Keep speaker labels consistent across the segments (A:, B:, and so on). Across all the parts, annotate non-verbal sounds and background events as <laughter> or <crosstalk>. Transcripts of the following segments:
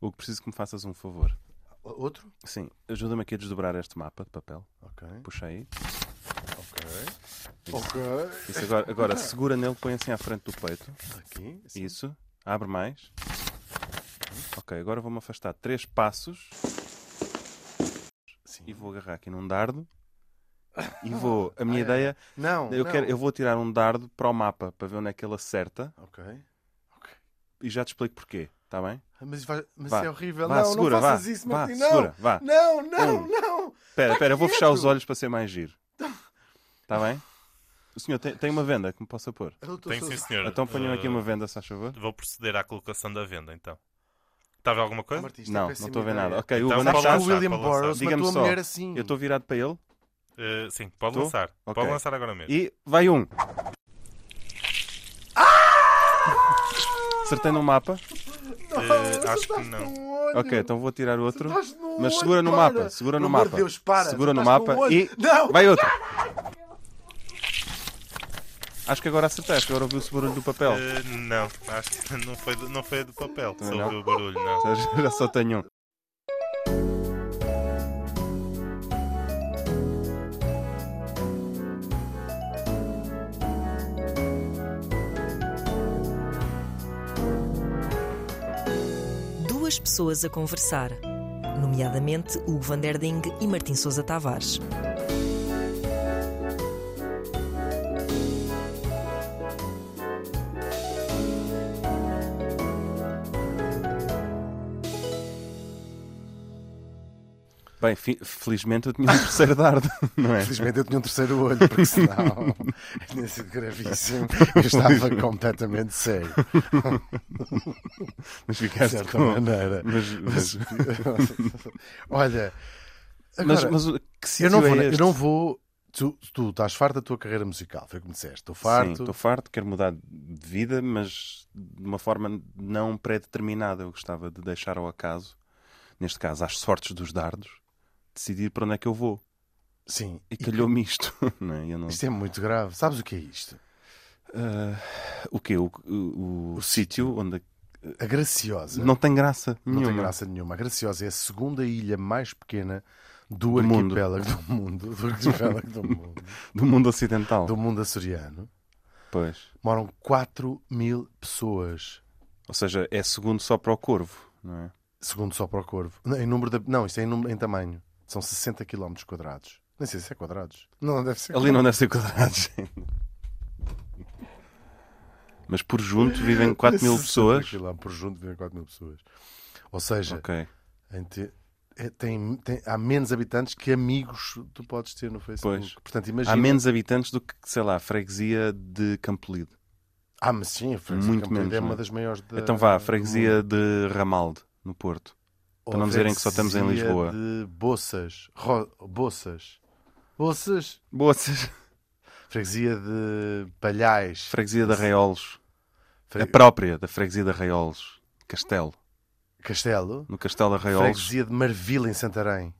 A: O que preciso que me faças um favor.
B: Outro?
A: Sim, ajuda-me aqui a desdobrar este mapa de papel.
B: Ok.
A: Puxa aí.
B: Ok. Ok.
A: Isso agora, agora segura nele, põe assim à frente do peito.
B: Aqui. Sim.
A: Isso. Abre mais. Ok, agora vou-me afastar três passos
B: Sim.
A: e vou agarrar aqui num dardo. E vou. A minha
B: Ah, é.
A: ideia.
B: Não.
A: Eu,
B: não.
A: quero, eu vou tirar um dardo para o mapa para ver onde é que ele acerta
B: Ok. Ok.
A: e já te explico porquê, está bem?
B: Mas, vai... Mas
A: Vá.
B: é horrível.
A: vá,
B: não,
A: segura,
B: não faças
A: vá.
B: isso,
A: vá,
B: Martim.
A: segura, vá.
B: Não, não, não,
A: Um.
B: não.
A: Espera, espera, eu vou fechar os
B: quieto.
A: olhos para ser mais giro. Está bem? O senhor tem, tem uma venda que me possa pôr?
B: Eu tô-
C: Tem
B: sou-
C: sim, senhor.
A: Então ponham aqui
C: Eh,
B: Ah.
A: uma venda, se faz favor.
C: Vou proceder à colocação da venda, então. Está a ver alguma coisa?
B: Martim, isto é
A: Não, não
B: péssima
A: estou a ver
B: ideia.
A: nada. Ok,
C: Então
A: Hugo,
C: vou
A: onde é que
B: Sabes que
C: lançar,
B: o
A: estás?
B: William
C: para lançar.
B: Burroughs
A: Diga-me
B: matou a
A: só,
B: mulher assim.
A: Eu estou virado para ele
C: Eh, sim, pode
A: Tu?
C: lançar.
A: Ok.
C: Pode lançar agora mesmo.
A: e vai um. Acertei no mapa.
B: Não, assim.
C: Eh,
B: tu
C: acho que
B: estás
C: não.
B: num tá um olho.
A: Ok, então vou tirar outro.
B: Estás num
A: Mas
B: olho,
A: segura no
B: para.
A: mapa, segura
B: Pelo
A: no
B: amor de
A: mapa.
B: Deus, para.
A: Segura no
B: estás num
A: mapa
B: um olho.
A: e-
B: Não.
A: Vai outro. Acho que agora acertei, acho que agora ouviu-se o barulho do papel.
C: Eh, não, acho que <laughs> não foi, do- não foi do papel.
A: Também
C: Sobre
A: não.
C: o barulho, não.
A: Já- Já só tenho um.
D: Duas pessoas a conversar, nomeadamente Hugo van der Ding e Martim Sousa Tavares.
A: Bem, fi- felizmente eu tinha um terceiro dardo, <laughs> não é?
B: Felizmente eu tinha um terceiro olho, porque <laughs> senão tinha sido gravíssimo. Eu estava completamente cego,
A: Mas
B: de
A: ficaste
B: certa
A: com...
B: maneira.
A: Mas, mas, mas,
B: <laughs> Olha, agora,
A: mas o- que sítio
B: eu, não
A: é
B: vou,
A: este?
B: eu não vou. Tu, tu estás farto da tua carreira musical, foi o que me disseste. Estou
A: Sim,
B: farto.
A: estou farto, quero mudar de vida, mas de uma forma não pré-determinada. Eu gostava de deixar ao acaso, neste caso às sortes dos dardos, decidir para onde é que eu vou.
B: Sim.
A: E calhou-me isto. <laughs> Não é? Eu não-
B: Isto é muito grave. Sabes o que é isto?
A: Ah, o quê? O, o, o
B: O
A: sítio onde é
B: A Graciosa.
A: não tem graça
B: Não
A: nenhuma.
B: tem graça nenhuma. A Graciosa é a segunda ilha mais pequena do,
A: Do mundo.
B: arquipélago do mundo. Do arquipélago do mundo.
A: Do mundo ocidental.
B: do mundo açoriano.
A: Pois.
B: Moram 4 mil pessoas,
A: Ou seja, é segundo só para o corvo, não é?
B: segundo só para o Corvo. Não, em número de... não isto é em, número- em tamanho. São 60 km quadrados. Nem sei se é quadrados. Não, deve ser.
A: Ali não deve ser quadrados. <laughs> Mas por junto vivem 4 mil
B: 60
A: pessoas.
B: quilómetros por junto vivem 4 mil pessoas. Ou seja,
A: Ok.
B: em te- é, tem- tem- há menos habitantes que amigos tu podes ter no Facebook.
A: Pois.
B: Portanto,
A: Há
B: imagina.
A: menos habitantes do que, sei lá, a freguesia de Campolide.
B: Ah, mas sim, a freguesia
A: Muito
B: de Campolide
A: menos,
B: é
A: não é?
B: uma das maiores da...
A: Então vá, a
B: do
A: freguesia
B: mundo.
A: de Ramalde, no Porto.
B: Ou
A: para não
B: a
A: dizerem que só estamos em
B: freguesia
A: Lisboa.
B: de Boças. Ro... Boças. Boças.
A: Boças.
B: Freguesia de Palhais.
A: Freguesia de Arraiolos.
B: Fre-
A: A própria da freguesia de Arraiolos. Castelo.
B: Castelo.
A: No Castelo de Arraiolos.
B: Freguesia de Marvila, em Santarém.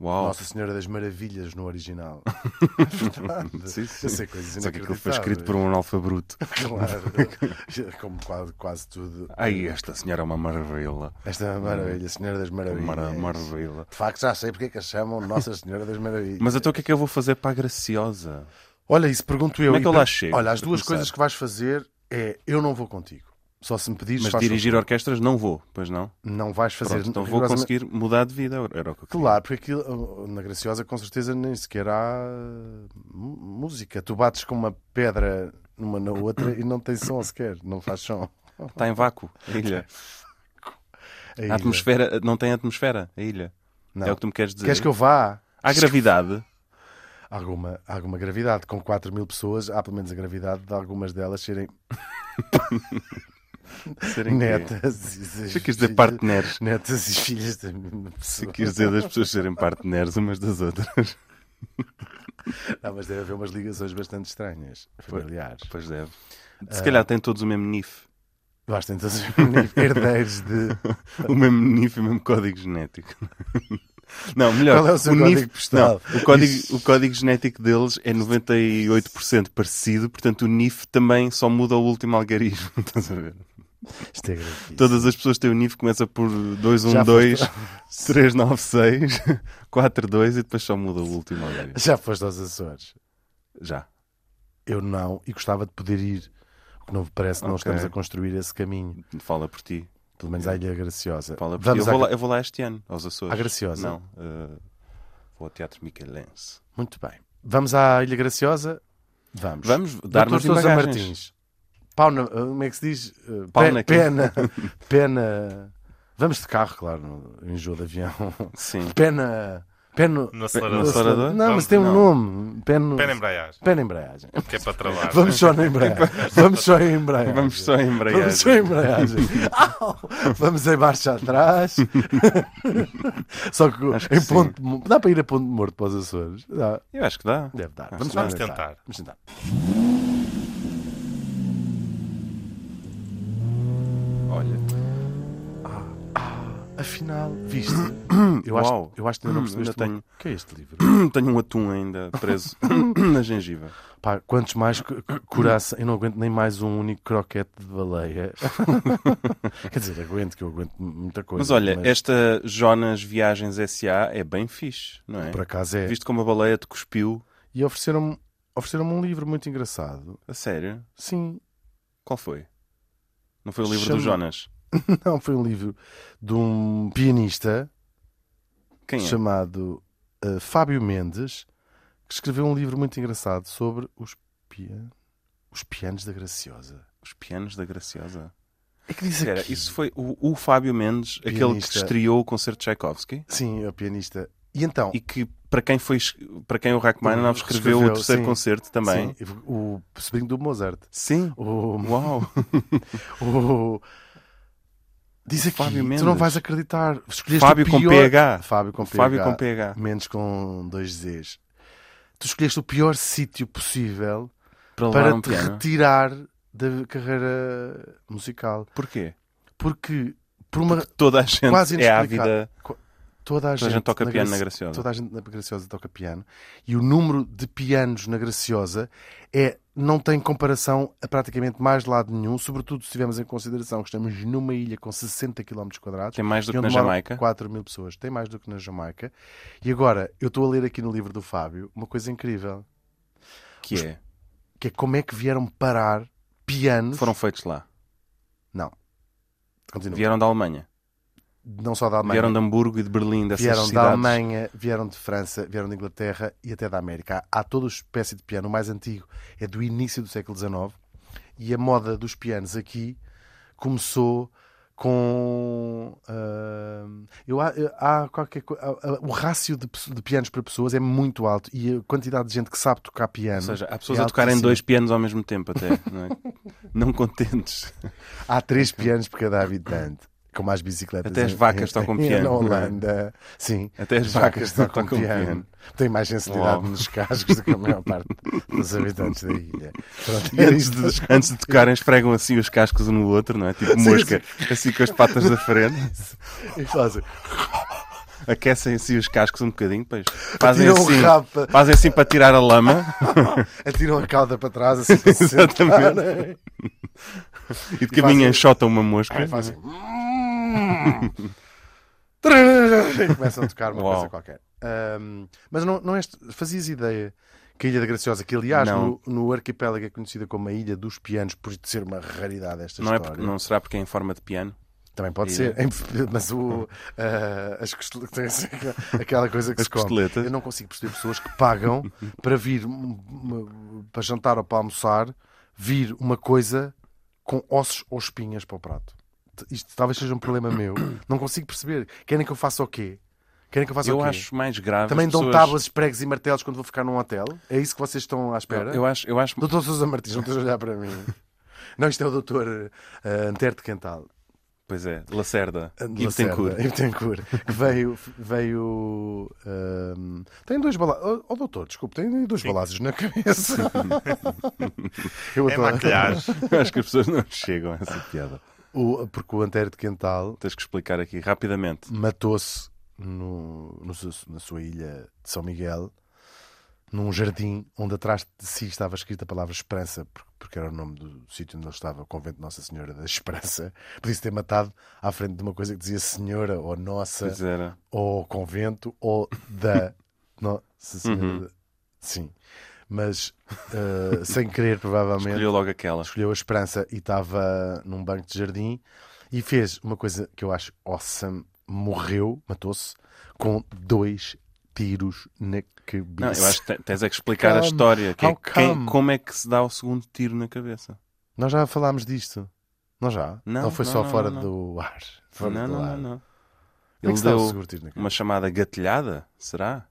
A: Uau.
B: Nossa Senhora das Maravilhas,
A: <laughs>
B: no original. Verdade.
A: Sim, sim.
B: Eu sei coisas
A: Só que aquilo foi escrito por
B: inacreditáveis.
A: um analfabruto.
B: Claro. <laughs> Como quase, quase tudo.
A: Ai, esta senhora é uma maravilha.
B: Esta é uma maravilha, Senhora das Maravilhas.
A: Mara- maravilha.
B: De facto, já sei porque é que a chamam
A: <laughs>
B: Nossa Senhora das Maravilhas.
A: Mas então o que é que eu vou fazer para a Graciosa?
B: Olha, isso pergunto eu.
A: Como é que
B: E
A: eu lá
B: per-
A: chego,
B: Olha, as
A: para
B: duas
A: começar?
B: coisas que vais fazer é eu não vou contigo. Só se me pedires,
A: Mas
B: faz
A: dirigir orquestras não vou, pois não?
B: Não vais fazer.
A: Pronto, então vou
B: rigorosamente-
A: conseguir mudar de vida. Era o que eu queria.
B: Claro, porque aquilo, uh, na Graciosa com certeza nem sequer há uh, mu- música. Tu bates com uma pedra numa na outra e não tem som sequer, não faz som.
A: Está em vácuo, a ilha.
B: A
A: A
B: ilha.
A: atmosfera, não tem atmosfera, a ilha.
B: Não.
A: É o que tu me queres dizer.
B: Queres que eu vá?
A: Há gravidade.
B: Há Alguma, há alguma gravidade. Com 4 mil pessoas, há pelo menos a gravidade de algumas delas serem
A: Serem quê?
B: netas. e-
A: Se quis dizer partners.
B: Netas e filhas da mesma
A: Se
B: pessoa.
A: quis dizer das pessoas serem partners umas das outras.
B: Não, mas deve haver umas ligações bastante estranhas, familiares.
A: <laughs> Pois deve. Se calhar têm todos o mesmo NIF.
B: Basta então ser <laughs> herdeiros de.
A: O mesmo NIF e o mesmo código genético. <laughs> Não, melhor.
B: Qual é o seu código postal?
A: não, o, código,
B: Isso.
A: o código genético deles é 98% parecido, portanto o NIF também só muda o último algarismo. <laughs> Estás a ver?
B: Isto é gratuito.
A: Todas as pessoas têm o NIF, começa por <laughs> 212, <laughs> 396, 42 e depois só muda o último. ali.
B: Já foste aos Açores?
A: Já.
B: Eu não, e gostava de poder ir. O que não me parece que não
A: Ok.
B: estamos a construir esse caminho.
A: Fala por ti.
B: Pelo menos à Ilha Graciosa.
A: Fala por ti. Eu,
B: Vamos à...
A: vou lá, eu vou lá este ano, aos Açores.
B: À Graciosa?
A: Não. eh, vou ao Teatro Michelense.
B: Muito bem. Vamos à Ilha Graciosa? Vamos.
A: Vamos dar
B: Doutor
A: umas
B: Sousa
A: bagagens.
B: Martins. Pau na... Como é que se diz? Uh,
A: Pau
B: pe-
A: na quê?
B: pena. <laughs> Pena. Vamos de carro, claro. não- Enjoo de avião. <laughs>
A: Sim.
B: Pena. Pena.
C: No
A: No
C: acelerador.
A: acelerador?
B: Não,
C: Vamos-
B: mas tem um
A: não.
B: nome. Pena.
C: Pé na embreagem.
B: Pena embreagem.
C: Que é para
B: <laughs>
C: travar.
B: Vamos só na
A: <laughs>
B: embreagem. Vamos só em embreagem.
A: Vamos só em
B: Vamos só em
A: embreagem. <laughs>
B: embreagem. Au! Vamos em marcha atrás. <laughs> só que,
A: que
B: em
A: sim.
B: ponto. Mo- Dá para ir a ponto morto para os Açores? Dá.
A: Eu acho que dá.
B: Deve dar.
A: Acho
B: Vamos,
A: que dá.
B: vamos
C: Vamos
B: tentar.
C: tentar.
B: Vamos tentar.
A: Olha.
B: Ah, Afinal,
A: <coughs>
B: viste? eu,
A: Uau.
B: acho, eu acho que ainda não
A: Hum, ainda
B: percebeste o-
A: tenho.
B: o que é este
A: <coughs>
B: livro.
A: Tenho um atum ainda preso <coughs> na gengiva.
B: Pá, quantos mais cu- cu- coração. Eu não aguento nem mais um único croquete
A: <laughs>
B: de baleia. Quer dizer, aguento, que eu aguento muita coisa.
A: Mas olha, esta Jonas Viagens S.A. é bem fixe, não é?
B: Por acaso é.
A: Visto como a baleia te cuspiu.
B: E ofereceram-me ofereceram um livro muito engraçado.
A: A sério?
B: Sim, <laughs>
A: Qual foi? Não foi o livro
B: Chama-
A: do Jonas?
B: não, foi um livro de um pianista
A: Quem é?
B: chamado eh, Fábio Mendes, que escreveu um livro muito engraçado sobre os, pian... os pianos da Graciosa.
A: Os Pianos da Graciosa.
B: É que diz
A: Espera,
B: aqui-
A: isso foi o, o Fábio Mendes, aquele que
B: Pianista.
A: estreou o concerto de Tchaikovsky
B: Sim, é o pianista. E então,
A: e que, para quem, foi, es- para quem o Rachmaninoff escreveu,
B: Escreveu,
A: o terceiro
B: sim.
A: concerto também.
B: sim, o sobrinho do Mozart.
A: Sim.
B: O,
A: Uau!
B: <laughs> o- Diz aqui,
A: Fábio Mendes.
B: tu não vais acreditar. Escolheste
A: Fábio
B: o
A: com
B: pior...
A: PH.
B: Fábio com PH.
A: Fábio com PH.
B: Mendes com dois Zs. Tu escolheste o pior sítio possível
A: Para, levar
B: para
A: um
B: te
A: piano.
B: retirar da carreira musical.
A: Porquê?
B: Porque por uma
A: Toda a gente
B: Quase
A: é
B: inexplicado.
A: ávida.
B: toda a
A: Toda a
B: gente,
A: gente toca piano na
B: Graci-
A: Graciosa.
B: Toda a gente na Graciosa toca piano e o número de pianos na Graciosa é não tem comparação a praticamente mais lado nenhum, sobretudo se tivermos em consideração que estamos numa ilha com 60 km quadrados.
A: Tem mais do
B: e
A: que
B: onde
A: na
B: moram
A: Jamaica.
B: 4 mil pessoas, tem mais do que na Jamaica. E agora, eu estou a ler aqui no livro do Fábio uma coisa incrível,
A: Que é?
B: que é como é que vieram parar pianos.
A: Foram feitos lá.
B: Continua.
A: Vieram da Alemanha.
B: não só da Alemanha,
A: Vieram de Hamburgo e de Berlim, dessas
B: vieram
A: cidades.
B: da Alemanha, vieram de França, vieram da Inglaterra e até da América. Há toda espécie de piano. O mais antigo é do início do século XIX e a moda dos pianos aqui começou com. ah, eu, há, eu- há qualquer co- há- há- O rácio de, pesso- de pianos para pessoas é muito alto e a quantidade de gente que sabe tocar piano.
A: Ou seja, há pessoas
B: é
A: a tocarem
B: altíssima.
A: dois pianos ao mesmo tempo até.
B: <laughs>
A: Não, é? Não contentes.
B: Há três pianos por cada habitante. Com mais bicicletas.
A: Até as
B: em-
A: vacas
B: em-
A: tocam
B: em-
A: piano,
B: Na
A: não é?
B: Holanda. Sim.
A: Até as vacas tocam piano.
B: Tem mais sensibilidade
A: Uau.
B: nos cascos do que a maior parte dos habitantes da ilha. Pronto,
A: <laughs> E
B: era
A: antes,
B: isto.
A: de, antes de tocarem, esfregam assim os cascos um no outro, não é? Tipo mosca, assim com as patas da
B: <laughs>
A: frente. <laughs>
B: E fazem-
A: Aquecem assim os cascos um bocadinho, depois fazem
B: Atiram o
A: assim,
B: um rabo para-
A: fazem assim para tirar a
B: <laughs>
A: lama
B: Atiram a cauda para trás assim né? para se sentarem.
A: e de caminho
B: fazem-
A: enxotam uma mosca.
B: E fazem. <laughs> E começam a tocar uma
A: Uau.
B: coisa qualquer. Ahm, mas não, não é este- fazias ideia que a Ilha da Graciosa, que aliás
A: Não.
B: no, no arquipélago é conhecida como a Ilha dos Pianos, por ser uma raridade esta
A: Não, é
B: história.
A: porque, não será porque é em forma de piano?
B: Também pode
A: E-
B: ser, em- <laughs> mas o, ah, as costeletas, <laughs> tem
A: <laughs>
B: assim aquela- aquela coisa que
A: As
B: se come.
A: costeletas.
B: Eu não consigo perceber pessoas que pagam para vir, um- uma- para jantar ou para almoçar, vir uma coisa com ossos ou espinhas para o prato. T- Isto talvez seja um
A: <coughs>
B: problema meu. Não consigo perceber. Querem que eu faça o quê? Querem que eu faça
A: Eu
B: o quê?
A: acho mais grave.
B: Também
A: as
B: dão
A: pessoas-
B: tábuas, pregos e martelos quando vou ficar num hotel? É isso que vocês estão à espera?
A: Eu acho, eu acho
B: Doutor Sousa Martins, não estás a olhar para mim.
A: <laughs>
B: Não, isto é o doutor ah, Antero de Quental.
A: Pois é, Lacerda.
B: Lacerda,
A: E Betancourt. <laughs>
B: E Betancourt. Que veio. veio hum, tem dois balazes. Oh, oh, doutor, desculpe, tem dois balazes na cabeça. <laughs> Eu
C: É
B: adoro.
C: maquilhagem.
A: Eu acho que as pessoas não chegam a essa piada.
B: O- porque o Antero de Quental
A: Tens que explicar aqui rapidamente.
B: matou-se no, no seu- na sua ilha de São Miguel num jardim onde atrás de si estava escrita a palavra Esperança, por- porque era o nome do sítio onde ele estava, o convento de Nossa Senhora da Esperança. Podia-se ter matado à frente de uma coisa que dizia Senhora ou Nossa
A: Pois era.
B: ou convento ou da <laughs> Nossa Senhora.
A: Uhum.
B: da- Sim. Mas eh, sem querer, provavelmente,
A: Escolheu logo aquela.
B: escolheu a esperança e estava num banco de jardim e fez uma coisa que eu acho awesome. Morreu, matou-se, com dois tiros na cabeça.
A: Não, eu acho que te- tens é que explicar a
B: Come.
A: história. Que é
B: How
A: quem-
B: come?
A: como é que se dá o segundo tiro na cabeça?
B: Nós já falámos disto. Nós já?
A: Não,
B: Ou foi
A: não,
B: só
A: não,
B: fora
A: não,
B: do ar?
A: Não,
B: Fora
A: não,
B: do
A: não,
B: ar.
A: não.
B: Como é que
A: Ele
B: se dá o
A: deu
B: seguro tiro na cabeça?
A: uma chamada gatilhada? Será?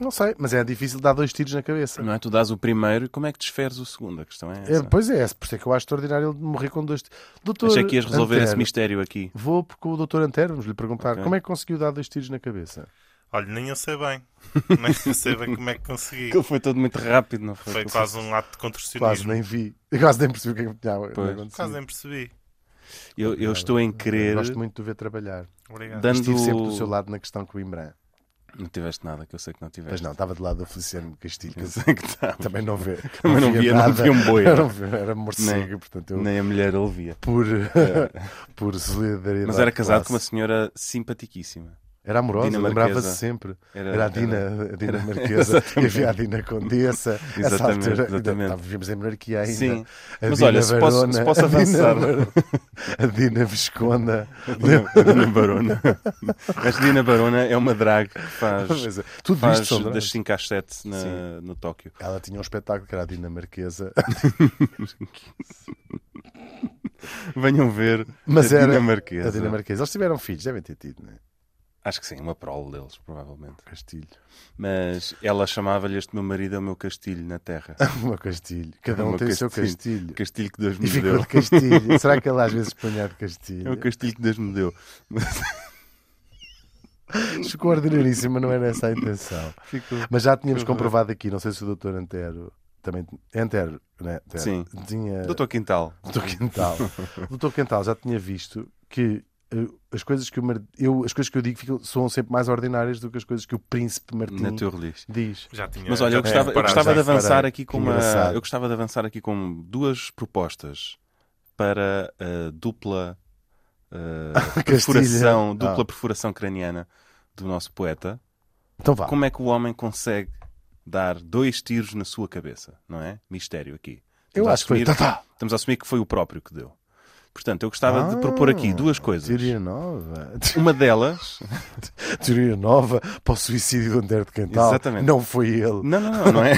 B: Não sei, mas é difícil dar dois tiros na cabeça.
A: Não é? Tu dás o primeiro e como é que desferes o segundo? A questão é
B: É,
A: essa.
B: pois é, por isso é que eu acho extraordinário ele morrer com dois tiros. Doutor
A: Achei que ias resolver
B: Antero,
A: esse mistério aqui.
B: Vou porque o doutor Antero, vamos lhe perguntar
A: Ok.
B: como é que conseguiu dar dois tiros na cabeça.
C: Olha, nem eu sei bem. Nem eu sei bem como é que consegui.
A: Aquilo foi todo muito rápido, não foi?
C: Foi
A: Aquilo
C: quase um ato
B: Quase
C: de contorcionismo.
B: nem vi. Eu quase nem percebi o que é que tinha
A: Pois.
B: acontecido.
C: Quase nem percebi.
A: Eu, eu estou em querer.
B: Eu Gosto muito de o ver trabalhar.
C: Obrigado.
A: Dando-
B: Estive sempre do seu lado na questão com o Imbran.
A: Não tiveste nada, que eu sei que não
B: Mas
A: tiveste.
B: não, estava do lado do Feliciano Castilho.
A: Eu
B: que
A: <laughs> sei que tá. está.
B: Também não vê.
A: <laughs> Também não via, não via um boi.
B: Era, era morcego, portanto, eu,
A: Nem a mulher ele via.
B: por, <laughs> por solidariedade.
A: Mas era
B: de
A: casado
B: classe.
A: com uma senhora simpaticíssima.
B: Era amorosa,
A: dinamarquesa.
B: lembrava-se sempre.
A: É, Era,
B: Era a Dina, a Dina
A: <laughs>
B: Marquesa, e havia a Dina Condessa. Essa
A: Exatamente,
B: altura, ainda
A: exatamente.
B: tá- vivíamos em monarquia ainda.
A: Sim.
B: A
A: Mas
B: Dina
A: olha, se posso-
B: Barona,
A: se posso
B: a Dina
A: avançar.
B: Barona,
A: <laughs>
B: A Dina Visconda.
A: A <laughs> Dina Barona. Esta Dina Barona é uma drag que faz,
B: é, Tudo isto
A: faz
B: são dramas.
A: das 5 às 7 na-
B: Sim.
A: no Tóquio.
B: Ela tinha um espetáculo que era <laughs> a dinamarquesa,
A: Venham ver
B: mas
A: a
B: era
A: dinamarquesa.
B: a dinamarquesa. Eles tiveram filhos, devem ter tido, né? <laughs>
A: Acho que sim, uma prole deles, provavelmente.
B: Castilho.
A: Mas ela chamava-lhe este meu marido é o meu castilho na
B: <laughs>
A: terra.
B: Uma Castilho. Cada
A: É
B: um
A: uma
B: tem o seu
A: Castilho.
B: Castilho.
A: Castilho que Deus me
B: E ficou
A: deu. <laughs>
B: de Castilho. Será que ela às vezes punha de
A: É o
B: Castilho?
A: castilho que Deus me deu. Mas
B: Ficou ordinaríssimo, mas não era essa a intenção.
A: ficou.
B: Mas já
A: <laughs>
B: tínhamos
A: Ficou.
B: comprovado aqui, não sei se o doutor Antero também. Antero, né? Antero,
A: Sim.
B: Tinha.
A: Doutor Quintal.
B: Doutor Quintal. o doutor Quintal já tinha visto que eh, as coisas que, o Mar- eu, as coisas que eu digo ficam, são sempre mais ordinárias do que as coisas que o príncipe Martim
A: Naturalista.
B: diz.
C: Já tinha.
A: Mas olha, eu
C: já tinha
A: gostava, eu
C: reparado,
A: gostava de
C: já.
B: reparei.
A: avançar aqui com
B: Que
A: uma,
B: engraçado.
A: eu gostava de avançar aqui com duas propostas para a dupla eh, perfuração,
B: Castilha.
A: dupla
B: Ah.
A: perfuração craniana do nosso poeta.
B: Então vá.
A: Como é que o homem consegue dar dois tiros na sua cabeça, não é? Mistério aqui. Estamos
B: Eu
A: a
B: acho que foi.
A: assumir-
B: Tá, tá.
A: Estamos a assumir que foi o próprio que deu. Portanto, eu gostava de
B: Ah,
A: propor aqui duas coisas.
B: Teoria nova. <laughs>
A: Uma delas,
B: Teoria nova para o suicídio do André de Quintal.
A: Exatamente.
B: Não foi ele.
A: Não, não, não,
B: <laughs>
A: não é.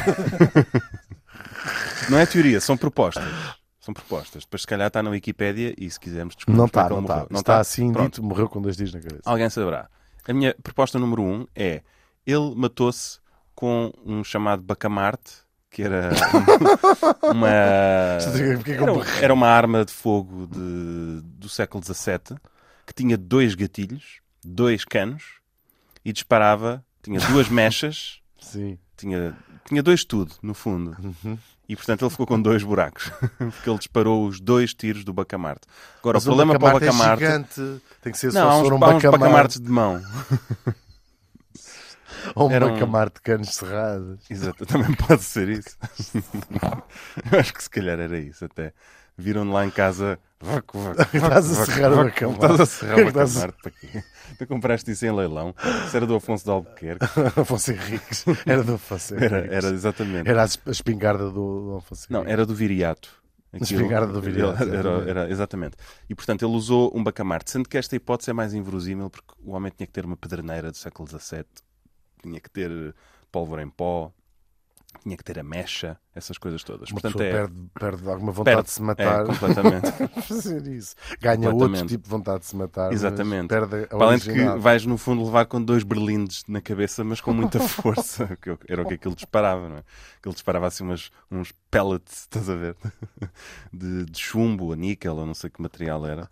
A: não é teoria, são propostas. São propostas. Depois, se calhar, está na Wikipédia e se quisermos descobrir.
B: Não
A: como é
B: está,
A: que ele
B: não está.
A: morreu.
B: Está
A: tá?
B: assim
A: Pronto. Ah,
B: dito, morreu com dois dias na <laughs> cabeça.
A: Alguém saberá. A minha proposta número um é: ele matou-se com um chamado bacamarte, que era <laughs> uma.
B: Porquê que é eu
A: Era, um, era uma arma de fogo de- do século XVII que tinha dois gatilhos, dois canos e disparava, tinha duas mechas
B: Sim.
A: tinha, tinha dois tudo, no fundo. E portanto ele ficou com dois buracos, <laughs> porque ele disparou os dois tiros do Bacamarte. Agora,
B: Mas
A: o problema para o
B: bacamarte
A: Bacamarte.
B: É gigante. Tem que ser
A: não,
B: só
A: há uns,
B: se for um
A: há uns
B: bacamarte
A: bacamartes de mão.
B: ou um
A: eram-
B: bacamarte de canos cerrados.
A: <laughs> Exato, também pode ser isso. <laughs> Eu acho que se calhar era isso até. Viram lá em casa. Vaco, vaco, vaco,
B: Estás a
A: vaco,
B: serrar o
A: vaco.
B: bacamarte.
A: Estás a serrar
B: Porquê
A: o
B: que estás a-
A: Bacamarte para quê? <laughs> Tu compraste isso em leilão. Isso era do Afonso de Albuquerque.
B: Afonso Henriques. <laughs> Era do Afonso Henriques.
A: Era, era exatamente.
B: Era a esp- a espingarda do Afonso
A: Não,
B: Henriques.
A: era do Viriato. Aquilo-
B: espingarda do Viriato,
A: Era,
B: exatamente.
A: era- era- exatamente. E portanto ele usou um bacamarte, sendo que esta hipótese é mais inverosímil porque o homem tinha que ter uma pedreneira do século XVII, tinha que ter eh, pólvora em pó, tinha que ter a mecha, essas coisas todas.
B: Uma
A: portanto
B: pessoa
A: é,
B: perde, perde alguma vontade
A: perde.
B: de se
A: é
B: matar.
A: completamente.
B: <laughs> fazer isso. Ganha outro
A: Completamente.
B: tipo de vontade de se matar. mas
A: Exatamente.
B: Perde a
A: Para além de
B: É original.
A: que vais no fundo levar com dois berlindes na cabeça, mas com
B: <laughs>
A: muita força, que eu- era o que aquilo disparava, não é? Aquilo disparava assim umas, uns pellets, estás a ver? <laughs> De, de chumbo, ou níquel, ou não sei que material era.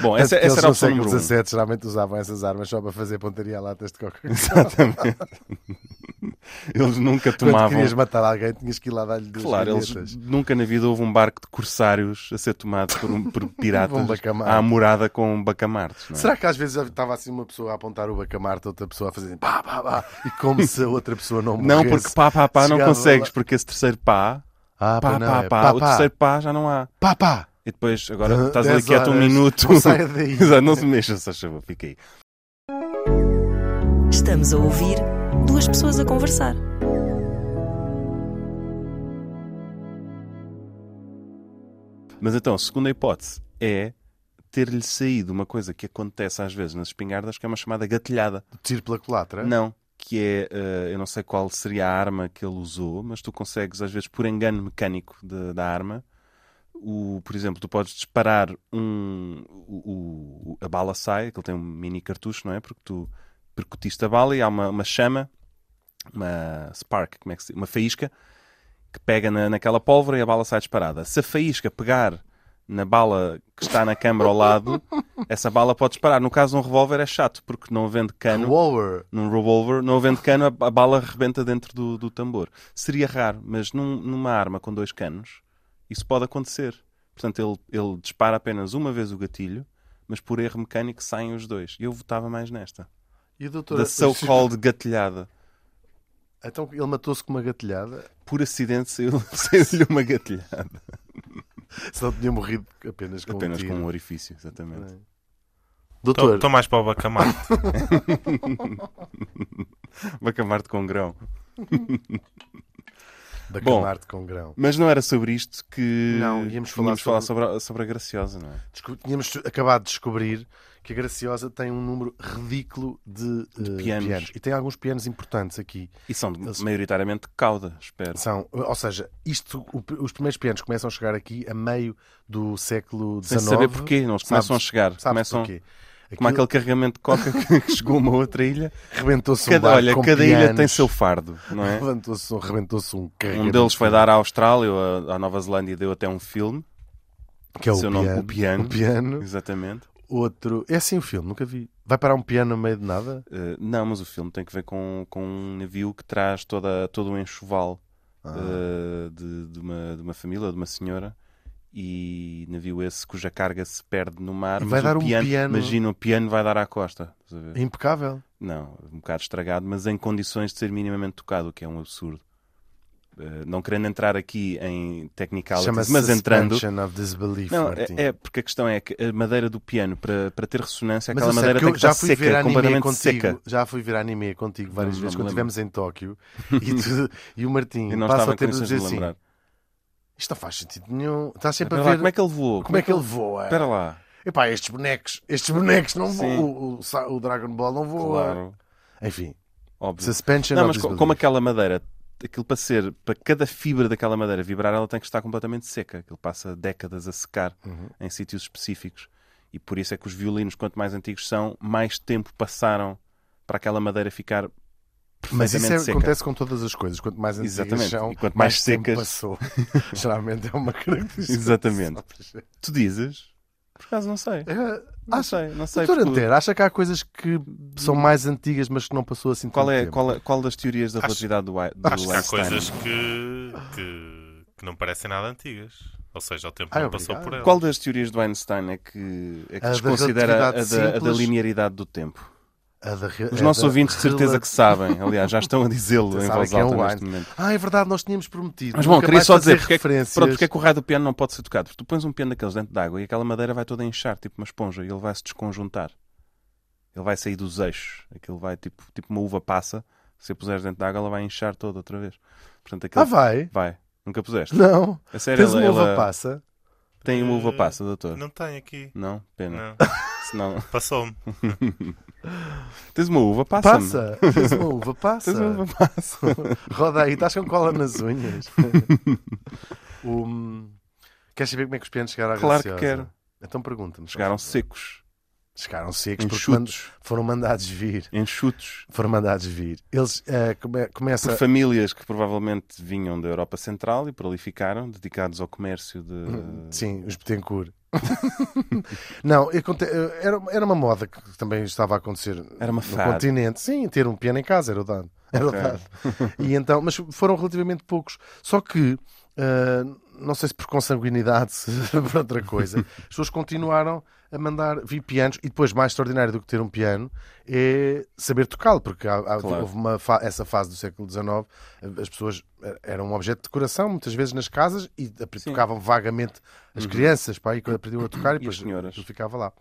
A: Bom, essa,
B: Tanto que
A: essa era a
B: eles
A: opção
B: no
A: número
B: século
A: um.
B: XVII geralmente usavam essas armas só para fazer pontaria a latas de coca
A: Exatamente. um. <laughs> Eles nunca
B: <laughs> Quando
A: tomavam.
B: querias matar alguém, tinhas que ir lá dar-lhe duas
A: Claro,
B: canhetas.
A: eles nunca na vida houve um barco de corsários a ser tomado por, um-
B: <laughs>
A: por
B: Um
A: piratas
B: bacamarte.
A: à morada com bacamartes. Não é?
B: Será que às vezes estava assim uma pessoa a apontar o bacamarte, outra pessoa a fazer pá, pá, pá, e como se a outra pessoa não morresse?
A: Não, porque pá, pá, pá não
B: Chegava
A: consegues,
B: lá.
A: porque esse terceiro pá,
B: Ah,
A: pá,
B: pois não,
A: pá,
B: é
A: pá, o terceiro pá já não há.
B: pá, pá.
A: E depois, agora
B: Ah,
A: estás ali
B: dez
A: quieto um
B: horas.
A: minuto.
B: Não saia
A: <laughs>
B: daí.
A: Exato, não se mexa, só chama, fica aí.
D: Estamos a ouvir duas pessoas a conversar.
A: Mas então, a segunda hipótese é ter-lhe saído uma coisa que acontece às vezes nas espingardas, que é uma chamada gatilhada.
B: Tiro pela culatra?
A: Não, que é, eh, eu não sei qual seria a arma que ele usou, mas tu consegues, às vezes, por engano mecânico de- da arma, o, por exemplo, tu podes disparar um. o- o- a bala sai, aquele tem um mini cartucho, não é? Porque tu percutiste a bala e há uma, uma chama, uma spark, como é que se Uma faísca, que pega na, naquela pólvora e a bala sai disparada. Se a faísca pegar na bala que está na câmara ao lado, essa bala pode disparar. No caso, um revólver é chato, porque não havendo cano
B: Revolver.
A: num revolver, não havendo cano, a, a bala rebenta dentro do, do tambor. Seria raro, mas num- numa arma com dois canos, isso pode acontecer. Portanto, ele, ele dispara apenas uma vez o gatilho, mas por erro mecânico saem os dois. Eu votava mais nesta.
B: E a doutora...
A: Da so-called gatilhada.
B: Então ele matou-se com uma gatilhada?
A: Por acidente saiu- saiu-lhe <laughs> uma gatilhada.
B: Se não tinha morrido apenas com um
A: Apenas
B: tiro.
A: com um orifício, exatamente.
B: Doutor,
C: Estou mais para o bacamarte.
A: Bacamarte com grão.
B: bacamarte com grão.
A: Mas não era sobre isto que
B: Não, íamos falar
A: sobre... a, sobre a Graciosa, não é?
B: Desco- Tínhamos su- acabado de descobrir que a Graciosa tem um número ridículo de, eh,
A: pianos.
B: E tem alguns pianos importantes aqui.
A: E são de-
B: Eles-
A: maioritariamente de cauda, espero.
B: São, ou seja, isto, o- os primeiros pianos começam a chegar aqui a meio do século
A: Sem
B: XIX.
A: saber porquê, não, eles
B: Sabes-
A: começam a chegar.
B: Sabes
A: começam,
B: porquê?
A: Como
B: Aquilo
A: aquele carregamento de coca que <laughs> chegou a uma outra ilha.
B: rebentou-se um
A: Cada,
B: barco
A: olha,
B: com
A: cada ilha
B: pianos.
A: tem seu fardo, não
B: <laughs>
A: é?
B: Levantou-se um, rebentou-se um carregamento.
A: Um deles foi dar à Austrália, ou à- à Nova Zelândia, e deu até um filme.
B: que é o,
A: seu
B: piano,
A: nome, o piano.
B: O piano.
A: Exatamente.
B: Outro. É assim o filme, nunca vi. Vai parar um piano no meio de nada?
A: Eh, não, mas o filme tem que ver com, com um navio que traz toda, todo um enxoval
B: Ah.
A: eh, de, de uma, de uma família, de uma senhora. E navio esse cuja carga se perde no mar.
B: E
A: mas
B: vai
A: o
B: dar um piano-
A: Imagina, o piano vai dar à costa. estás a ver?
B: É impecável.
A: Não, um bocado estragado, mas em condições de ser minimamente tocado, o que é um absurdo. Eh, não querendo entrar aqui em technicalities,
B: Chama-se
A: mas entrando.
B: Suspension of Disbelief,
A: Não,
B: Martim.
A: é, é porque a questão é que a madeira do piano, para, para ter ressonância,
B: Mas
A: aquela
B: eu sei,
A: madeira
B: porque
A: tem
B: eu
A: que
B: já
A: estar
B: fui ver
A: seca, é
B: anime
A: completamente
B: contigo,
A: seca.
B: Já fui ver anime contigo várias
A: Não,
B: vezes
A: não me
B: quando
A: lembro.
B: estivemos
A: <laughs>
B: em Tóquio e, tu- e o Martim
A: E não
B: passa
A: estava
B: o
A: em
B: tempo a
A: condições de
B: dizer
A: me
B: assim:
A: lembrar.
B: Isto não faz sentido nenhum. Está sempre
A: Espera
B: a
A: lá,
B: ver
A: como é que ele voou?
B: como é que ele voa.
A: Espera lá.
B: Epá, estes bonecos, estes bonecos não
A: Sim.
B: voam. O, o sa- o Dragon Ball não voa.
A: Claro,
B: Enfim,
A: óbvio.
B: suspension
A: Não,
B: of
A: mas co-
B: disbelief.
A: como é aquela madeira, aquilo para ser, para cada fibra daquela madeira vibrar, ela tem que estar completamente seca. Aquilo passa décadas a secar
B: Uhum.
A: em sítios específicos. E por isso é que os violinos, quanto mais antigos são, mais tempo passaram para aquela madeira ficar
B: Mas isso é-
A: perfeitamente seca.
B: acontece com todas as coisas. Quanto mais antigas
A: Exatamente.
B: são,
A: E quanto mais
B: tempo
A: secas-
B: passou. <laughs> Geralmente é uma característica.
A: Exatamente. Tu dizes? Por acaso não sei. Não
B: É, Acho
A: sei, não sei.
B: Doutor
A: porque- Hum.
B: Antero, acha que há coisas que são mais antigas, mas que não passou assim
A: Qual
B: tanto
A: é,
B: tempo?
A: qual, é- qual das teorias da relatividade do, Ai- do
B: acho que
C: Há
A: Einstein?
C: coisas
B: é?
C: que, que, que não parecem nada antigas. Ou seja, o tempo
B: Ah,
C: não
B: obrigado.
C: passou por elas.
A: Qual das teorias do Einstein é que, é que
B: A da
A: desconsidera a
B: relatividade
A: da- a da
B: simples.
A: linearidade do tempo?
B: A da re-
A: Os
B: a
A: nossos
B: É da
A: ouvintes de certeza
B: rela-
A: que sabem, aliás, já estão a
B: <laughs>
A: dizê-lo em
B: Sabem
A: voz
B: quem é
A: alta
B: o
A: neste
B: Einstein.
A: momento.
B: Ah, é verdade, nós tínhamos prometido.
A: Mas bom,
B: Nunca
A: queria
B: mais
A: só dizer
B: fazer
A: porque é, que,
B: referências.
A: pronto, porque é que o raio do piano não pode ser tocado. Porque tu pões um piano daqueles dentro de água e aquela madeira vai toda inchar, tipo uma esponja, e ele vai se desconjuntar. Ele vai sair dos eixos. Aquilo vai tipo, tipo uma uva passa. Se a puseres dentro de água, ela vai inchar toda outra vez. Portanto, aquele...
B: Ah, vai?
A: vai. Nunca puseste.
B: Não.
A: A sério,
B: Tens
A: ela,
B: uma uva
A: ela-
B: passa.
A: tem uma uva passa, doutor. Não,
C: Não tem aqui.
A: pena.
C: Não.
A: Senão... <laughs>
C: Passou-me.
A: Tens uma uva passa.
B: Passa.
A: <laughs>
B: Tens uma uva passa.
A: Tens uma uva passa.
B: <laughs> Roda aí, estás com cola nas unhas.
A: <laughs>
B: Hum, Queres saber como é que os pianos chegaram à
A: Claro que
B: Graciosa?
A: quero.
B: Então pergunta-me.
A: Chegaram secos,
B: Chegaram secos porque mand-
A: enxutos,
B: foram mandados vir.
A: enxutos.
B: Foram mandados vir. Eles eh, come- começa
A: por famílias que provavelmente vinham da Europa Central e por ali ficaram, dedicados ao comércio de.
B: Sim, os Betancourt. <laughs> Não, aconte- era, era uma moda que também estava a acontecer
A: Era uma
B: no
A: fada.
B: continente. Sim, ter um piano em casa era o dado. Era o
A: Ok.
B: dado. E então, mas foram relativamente poucos. Só que, ah, não sei se por consanguinidade, <laughs> se por outra coisa, as pessoas continuaram a mandar vir pianos. E depois, mais extraordinário do que ter um piano, é saber tocá-lo. Porque há- há-
A: Claro.
B: houve uma fa- essa fase do século XIX, as pessoas eram um objeto de decoração, muitas vezes nas casas, e ap-
A: Sim. Uhum.
B: tocavam vagamente as crianças, pá, e quando aprendiam a tocar, e
A: E as
B: depois
A: senhoras.
B: aquilo ficava lá.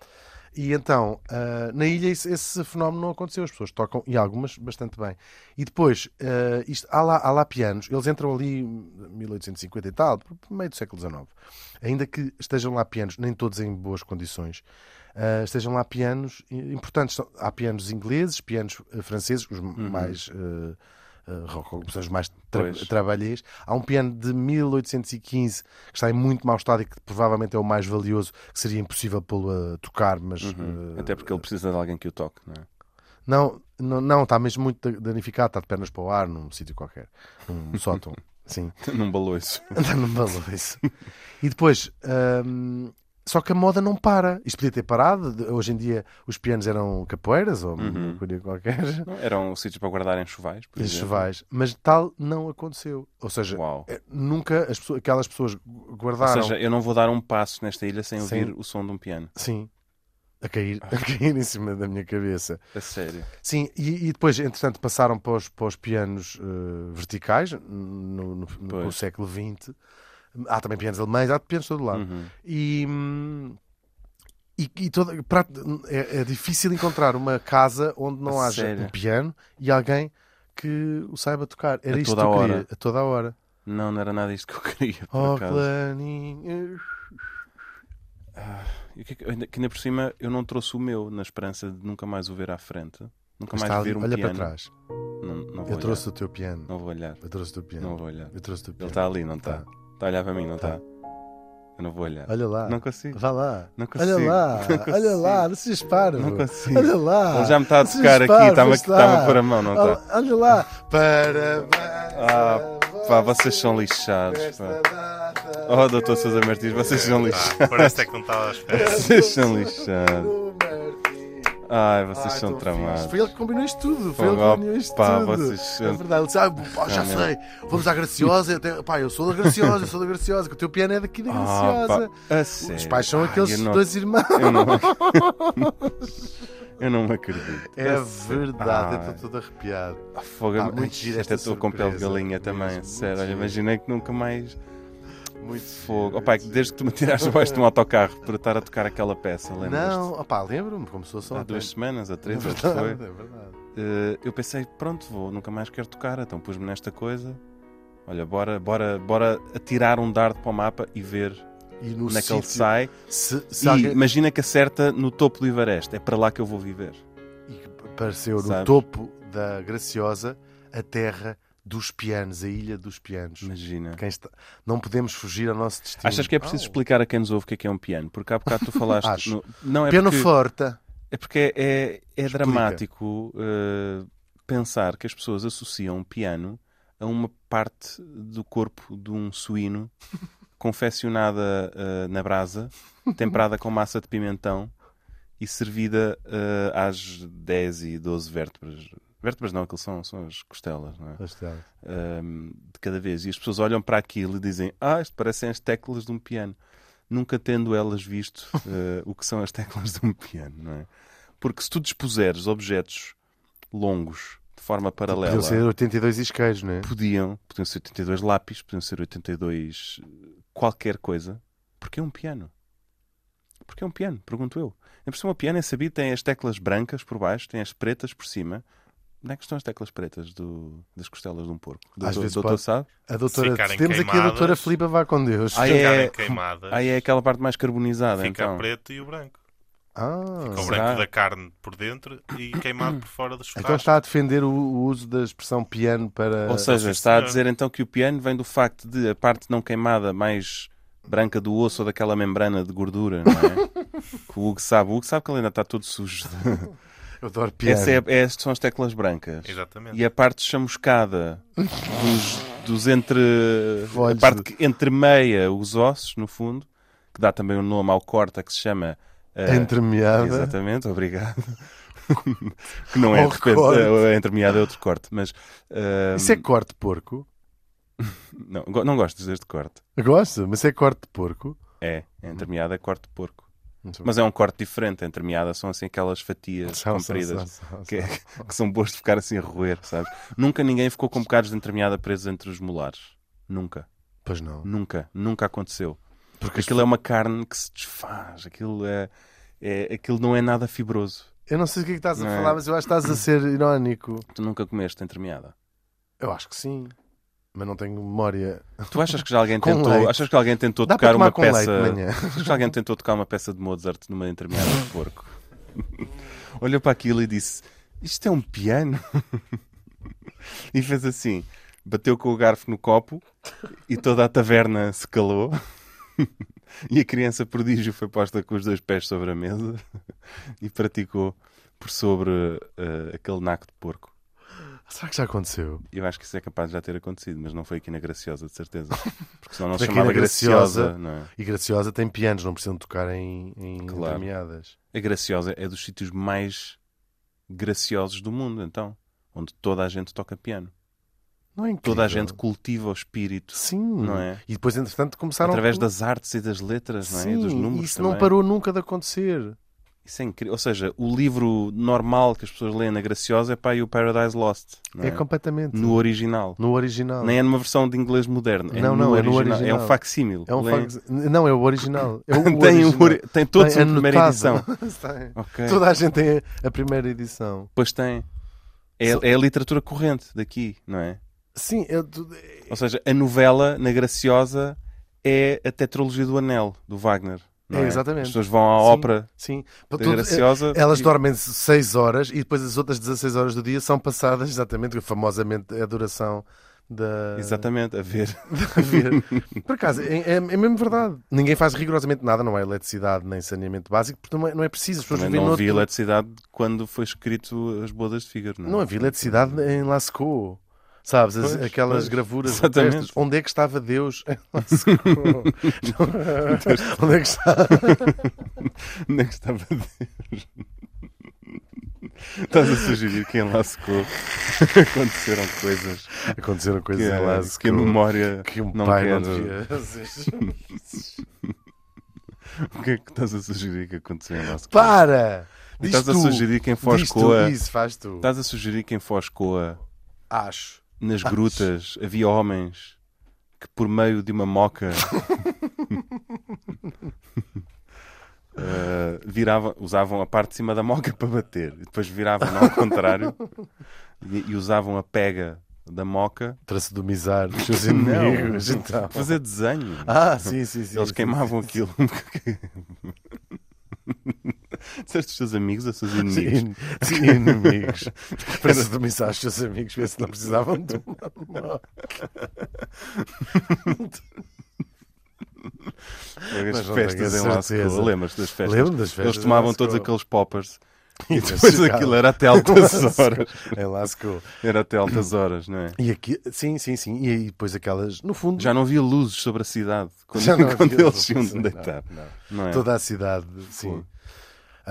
B: E então, ah, na ilha, esse, esse fenómeno não aconteceu. As pessoas tocam, e algumas bastante bem. E depois, ah, isto, há, lá, há lá pianos, eles entram ali em 1850 e tal, por meio do século XIX. Ainda que estejam lá pianos, nem todos em boas condições, ah, estejam lá pianos importantes. São- Há pianos ingleses, pianos ah, franceses, os mais. ah, ah, rock, os mais tra
A: Uhum. Pois.
B: trabalhês. Há um piano de 1815 que está em muito mau estado e que provavelmente é o mais valioso, que seria impossível pô-lo a tocar, mas
A: Uhum.
B: eh,
A: Até porque ele precisa de alguém que o toque, não é?
B: não, não, não, está mesmo muito da- danificado, está de pernas para o ar num sítio qualquer,
A: <laughs>
B: num sótão. Sim, <laughs>
A: Num baloiço.
B: andar num balanço. E depois, hum, só que a moda não para. Isto podia ter parado. de- Hoje em dia os pianos eram capoeiras ou uma
A: Uhum.
B: coisa qualquer,
A: Não, Eram sítios para guardar enxovais, por
B: esses
A: exemplo.
B: chuvais, mas tal não aconteceu. Ou seja,
A: Uau.
B: eh, nunca as pessoas- aquelas pessoas gu-
A: Ou
B: guardaram.
A: seja, eu não vou dar um passo nesta ilha sem
B: Sim.
A: ouvir o som de um piano.
B: Sim. A
A: Ah.
B: cair, a cair <laughs> em cima da minha cabeça.
A: A sério.
B: Sim, e, e depois, entretanto, passaram para os, para os pianos eh, verticais no, no- no-
A: Pois.
B: no século XX. Há também pianos alemães, há pianos de todo lado.
A: Uhum.
B: E, hum, e, e toda, pra- é, é difícil encontrar uma casa onde não
A: A
B: haja
A: sério?
B: um piano e alguém que o saiba tocar. Era
A: A
B: isto que
A: toda
B: eu
A: a
B: queria,
A: hora.
B: a toda a hora.
A: Não, não era nada isto que eu <laughs> queria. Por
B: Oh,
A: acaso.
B: clarinho.
A: E que, ainda, que ainda por cima eu não trouxe o meu na esperança de nunca mais o ver à frente. Nunca
B: Está
A: mais
B: ali,
A: ver um
B: olha
A: piano.
B: para trás.
A: Não, não vou
B: Eu
A: olhar.
B: trouxe o teu piano.
A: Não vou olhar.
B: Eu trouxe o teu piano.
A: Não vou olhar.
B: Eu trouxe o teu
A: Ele
B: piano.
A: está ali, não está?
B: Tá.
A: Está a olhar para mim, não está? Eu não vou olhar.
B: Olha lá.
A: Não consigo.
B: Vá lá.
A: Não consigo.
B: Olha lá.
A: <laughs> Não consigo.
B: Olha lá. Não sejas parvo.
A: Não consigo.
B: Olha lá.
A: Ele já me está a
B: Não sejas
A: tocar aqui,
B: parvo,
A: está-me a,
B: vê-se lá.
A: está-me a pôr a mão, não tá? está?
B: Olha, olha lá. Parabéns.
A: Ah,
B: a
A: Pá, vocês
B: você
A: são lixados. Pá.
B: nesta data
A: Oh, doutor Sousa Martins, vocês são lixados.
C: Ah, parece é que não estava à
A: <laughs>
C: espera.
A: Vocês são lixados.
B: do Martim.
A: Ai,
B: Ai,
A: vocês são
B: tão
A: tramados.
B: fixe. Foi ele que combinou isto tudo. Foi
A: Oh,
B: ele que combinou isto
A: pá,
B: tudo.
A: vocês são-
B: É verdade. Ele disse, ah, pá, já sei. Vamos à Graciosa. Eu tenho- Pá, eu sou da Graciosa, eu sou da Graciosa. Que o teu piano é daqui da
A: Ah, pá,
B: Graciosa.
A: a
B: Os
A: sério?
B: pais são
A: Ai,
B: aqueles
A: eu não-
B: dois irmãos.
A: Eu
B: <laughs>
A: não, eu não me acredito.
B: É
A: A sério?
B: verdade, eu
A: Ai.
B: estou todo arrepiado.
A: Ah, Fogo,
B: Pá,
A: mas-
B: muito
A: Ai,
B: gira
A: até
B: esta
A: estou com pele de
B: surpresa,
A: galinha também,
B: mesmo,
A: sério.
B: muito
A: Olha,
B: gira.
A: imaginei que nunca mais.
B: Muito
A: Fogo.
B: giro,
A: Opa,
B: muito
A: desde que tu me tiraste abaixo de um autocarro para estar a tocar aquela peça,
B: giro.
A: lembras?
B: Não, opá, lembro-me, como sou só
A: Há
B: ontem.
A: duas semanas, há
B: <laughs> É
A: três, acho que
B: verdade,
A: foi.
B: é verdade.
A: Eh, eu pensei, pronto, vou, nunca mais quero tocar, então pus-me nesta coisa. Olha, bora, bora, bora atirar um dardo para o mapa e ver
B: E no
A: onde é que ele
B: sítio, é-
A: sai.
B: se, se
A: E
B: alguém-
A: imagina que acerta no topo do Ivareste, é para lá que eu vou viver.
B: e que apareceu no
A: Sabes?
B: topo da Graciosa a terra dos pianos, a ilha dos pianos.
A: Imagina.
B: Quem está- Não podemos fugir ao nosso destino.
A: Achas que é preciso
B: Oh.
A: explicar a quem nos ouve o que é que é um piano? Porque há bocado tu falaste.
B: <laughs> Acho.
A: no- Não, é
B: Piano
A: porque...
B: forte.
A: É porque é, é
B: Explica.
A: dramático eh, pensar que as pessoas associam o piano a uma parte do corpo de um suíno confeccionada eh, na brasa, temperada com massa de pimentão e servida eh, às 10 e 12 vértebras. Vértebras não, aquilo são, são as costelas, não é?
B: Lá está.
A: um, de cada vez. E as pessoas olham para aquilo e dizem: Ah, isto parecem as teclas de um piano. Nunca tendo elas visto <laughs> eh, o que são as teclas de um piano, não é? Porque se tu dispuseres objetos longos de forma paralela,
B: Podiam ser 82 isqueiros, não é?
A: podiam, podiam ser 82 lápis, podiam ser 82 eh, qualquer coisa. Porque é um piano. Porque é um piano, pergunto eu. Em cima, o piano é sabido, tem as teclas brancas por baixo, tem as pretas por cima. Onde é que estão as teclas pretas do- das costelas de um porco?
B: Às
A: Doutor-
B: vezes
A: doutor
B: pode-
A: sabe?
B: A doutora...
C: ficarem
B: Temos aqui a doutora
C: queimadas-
B: Filipa Vá com Deus.
A: Ai,
C: Ficarem
A: é-
C: queimadas.
A: Aí é aquela parte mais carbonizada,
C: Fica
A: então.
C: preto e o branco.
B: Ah.
C: Com o
A: Será?
C: branco da carne por dentro e queimado por fora do churrasco.
B: Então está a defender o, o uso da expressão piano para.
A: Ou seja,
C: sim,
A: está a
C: senhor.
A: dizer então que o piano vem do facto de a parte não queimada mais branca do osso ou daquela membrana de gordura, não
C: <laughs>
A: é? que o Hugo sabe. O Hugo sabe que ele ainda está todo sujo.
B: eu adoro piano.
A: Essa é, é- estas são as teclas brancas.
C: Exatamente.
A: E a parte chamuscada dos, dos entre.
B: Olhos
A: A parte que entremeia os ossos, no fundo, que que dá também o nome ao corta que se chama.
B: É,
A: eh,
B: Entremeada.
A: Exatamente, obrigado. <laughs> que não é,
B: Ao
A: de repente,
B: corte.
A: eh, entremeada é outro corte, mas. eh,
B: Isso é corte de porco?
A: não, go- não gostas deste corte.
B: Gosto, mas é corte de porco.
A: É, entremeada é corte de porco.
B: Muito
A: Mas é um corte diferente. Entremeada são assim aquelas fatias
B: São, são,
A: compridas.
B: são, são,
A: que, é?
B: são.
A: que são boas de ficar assim a roer, sabes? Nunca ninguém ficou com bocados de entremeada presos entre os molares. Nunca,
B: Pois não.
A: nunca, nunca aconteceu.
B: Porque
A: Porque aquilo é uma carne que se desfaz, aquilo é, é- aquilo não é nada fibroso.
B: Eu não sei o que é que estás a
A: Não é?
B: falar, mas eu acho que estás a ser irónico.
A: Tu nunca comeste entremeada.
B: Eu acho que sim. Mas não tenho memória.
A: Tu achas que já alguém
B: <laughs> Com
A: tentou,
B: leite.
A: achas que alguém tentou
B: Dá para
A: tocar
B: tomar
A: uma
B: com
A: peça,
B: leite de manhã.
A: <laughs>
B: <laughs>
A: achas que alguém tentou tocar uma peça de Mozart numa entremeada de porco? <laughs> Olhou para aquilo e disse: "Isto é um piano". <laughs> e fez assim, bateu com o garfo no copo e toda a taverna se calou. <laughs> e a criança prodígio foi posta com os dois pés sobre a mesa <laughs> e praticou por sobre eh, aquele naco de porco.
B: Será que já aconteceu?
A: Eu acho que isso é capaz de já ter acontecido, mas não foi aqui na Graciosa, de
B: <laughs>
A: certeza. Porque senão não se
B: Porque aqui
A: chamava
B: na Graciosa-
A: Graciosa, não é?
B: E Graciosa tem pianos, não precisam tocar em, em
A: Claro.
B: entremeadas.
A: A Graciosa é dos sítios mais graciosos do mundo, então. Onde toda a gente toca piano.
B: Não é incrível?
A: Toda a gente cultiva o espírito.
B: Sim.
A: Não é?
B: E depois, entretanto, começaram...
A: Através das artes e das letras, não é? E
B: Sim,
A: dos números
B: isso
A: também.
B: não parou nunca de acontecer.
A: Isso é incrível. Ou seja, o livro normal que as pessoas leem na Graciosa é pá, e o Paradise Lost. não
B: É,
A: é?
B: completamente.
A: No original.
B: No original.
A: Nem é numa versão de inglês moderno. É
B: Não,
A: no
B: não, é no
A: original. É
B: original.
A: um facsímil.
B: É um
A: Leem-
B: fax- Não, é o original. É
A: <laughs>
B: o
A: Tem, um
B: original.
A: ori- tem todos
B: Tem
A: a primeira edição. É.
B: anotado. <laughs> Tem.
A: Ok.
B: Toda a gente tem a- a primeira edição.
A: Pois tem. É, é a literatura corrente daqui, não é?
B: Sim, eu, tu-
A: Ou seja, a novela na Graciosa é a tetralogia do Anel, do Wagner. não
B: É, exatamente.
A: As pessoas vão à
B: Sim.
A: ópera
B: sim.
A: da
B: Tu-
A: Graciosa.
B: Elas
A: e-
B: dormem 6 horas e depois as outras 16 horas do dia são passadas, exatamente, famosamente, é a duração da.
A: Exatamente, a ver.
B: da <laughs> vida. Por acaso, é, é- é mesmo verdade. Ninguém faz rigorosamente nada, não há eletricidade nem saneamento básico, porque não é, não é preciso. As pessoas
A: Também
B: vivem
A: não
B: noutro-
A: havia eletricidade quando foi escrito As Bodas de Fígaro. Não, é?
B: Não havia
A: <laughs>
B: eletricidade em Lascaux. Sabes, as-
A: Pois,
B: aquelas
A: pois.
B: gravuras
A: Exatamente.
B: rupestres. Onde é que estava Deus em Lascaux?
A: <laughs>
B: Não- Onde é que estava?
A: Onde é que estava Deus? Estás a sugerir que em Lascaux <laughs> aconteceram coisas
B: Aconteceram
A: que,
B: coisas em
A: a- é, que a
B: Lascaux.
A: memória
B: que um
A: não
B: pai
A: quer.
B: não devia.
A: <laughs> O que é que estás a sugerir que aconteceu em Lascaux?
B: Para! Diz
A: Estás a
B: tu.
A: sugerir quem
B: Diz tu,
A: foscoa. Tá.
B: isso faz tu.
A: Estás a sugerir quem foscoa
B: Acho.
A: nas grutas havia homens que por meio de uma
B: <laughs>
A: moca eh, viravam, usavam a parte de cima da moca para bater e depois viravam ao
B: <laughs>
A: contrário e, e usavam a pega da moca
B: Para sodomizar os
A: <laughs>
B: seus
A: Não.
B: inimigos. Então.
A: para fazer desenho.
B: Ah, sim, sim, sim.
A: Eles
B: sim.
A: queimavam aquilo. <laughs> Disseste os seus amigos ou os seus inimigos?
B: Sim,
A: <laughs>
B: sim, inimigos. Para sodomizar os seus amigos, ver se não precisavam de uma moca.
A: As
B: Mas não
A: festas
B: tenho
A: em
B: a
A: Lascaux,
B: certeza.
A: lembras das festas?
B: Lembro das festas
A: Eles tomavam
B: em
A: todos
B: Lascaux.
A: aqueles
B: <laughs>
A: poppers e
B: Eles
A: depois
B: chegavam.
A: aquilo era até
B: <laughs>
A: altas horas.
B: Em Lascaux.
A: Era até altas horas, não é?
B: E aqui, sim, sim, sim. E aí depois aquelas, no fundo,
A: Já não havia luzes sobre a cidade quando,
B: <laughs> já não
A: <laughs> quando
B: havia
A: eles se iam
B: luz. Não,
A: deitar.
B: não.
A: Não é?
B: Toda a cidade, sim.
A: Pô.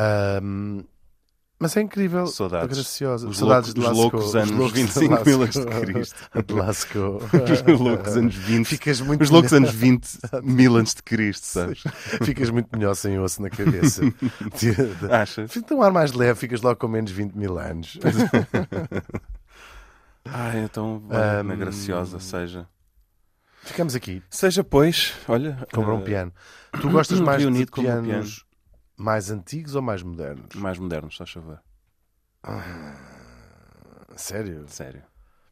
B: Ahm, mas é incrível.
A: Saudades.
B: Graciosa.
A: Os loucos-
B: Saudades de
A: os
B: Lascaux.
A: loucos anos
B: loucos de
A: 25
B: Lascaux.
A: mil antes de Cristo.
B: <laughs> De Lascaux.
A: <laughs> <laughs> Os loucos anos 20.
B: <laughs> Ficas muito
A: Os loucos
B: melhor- <laughs>
A: anos 20, mil antes de Cristo, sabes?
B: Ficas muito melhor sem osso
A: <laughs>
B: na cabeça. Tira-
A: Achas?
B: Fica um ar mais leve, ficas logo com menos 20 mil anos.
A: <laughs> Ah, então, olha, na
B: é Ahm.
A: graciosa, seja.
B: Ficamos aqui,
A: Seja, pois, olha.
B: comprar um
A: eh,
B: piano.
A: <clears throat>
B: Tu gostas mais de
A: reunido com um
B: pianos
A: piano.
B: mais antigos ou mais modernos?
A: Mais modernos, só chover.
B: Sério?
A: Sério.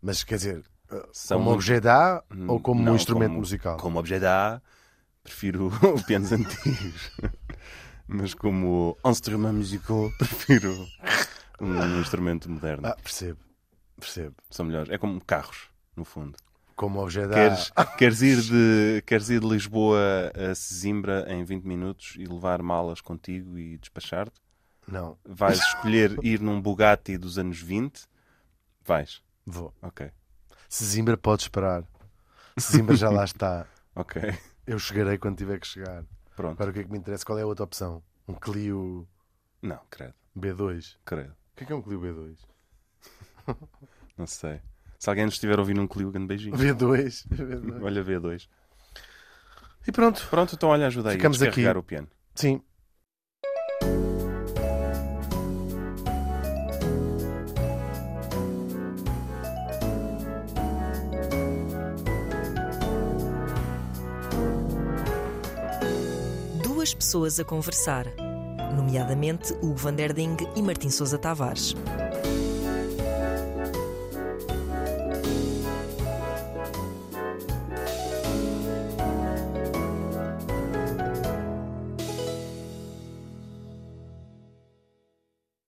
B: Mas quer dizer,
A: São
B: como
A: um-
B: objeto d'art ou como
A: Não,
B: um instrumento
A: como-
B: musical?
A: Como objeto A, prefiro <laughs> pianos antigos. <laughs> Mas como instrumento musical, <laughs> prefiro um instrumento moderno.
B: Ah, percebo, percebo.
A: São melhores. É como carros, no fundo.
B: Como objeto
A: Queres,
B: d'art.
A: queres, ir de, queres ir de Lisboa a Sesimbra em 20 minutos e levar malas contigo e despachar-te?
B: Não,
A: Vais
B: <laughs>
A: escolher ir num Bugatti dos anos 20? Vais.
B: vou.
A: Ok.
B: Se Zimbra pode esperar. Se Zimbra já lá está.
A: <laughs> Ok.
B: <laughs> Eu chegarei quando tiver que chegar.
A: Pronto.
B: Agora o que é que me interessa? Qual é a outra opção? Um Clio
A: Não, credo,
B: B2?
A: credo.
B: O que é que é um Clio
A: <laughs>
B: B2?
A: Não sei. Se alguém nos estiver ouvindo um Clio, grande beijinho.
B: <laughs> V2? V2.
A: Olha, V2.
B: E pronto.
A: Pronto, então olha, ajuda aí
B: Ficamos
A: a
B: aqui.
A: descarregar o piano.
B: Sim.
D: Duas pessoas a conversar, nomeadamente Hugo Van Der Ding e Martim Sousa Tavares.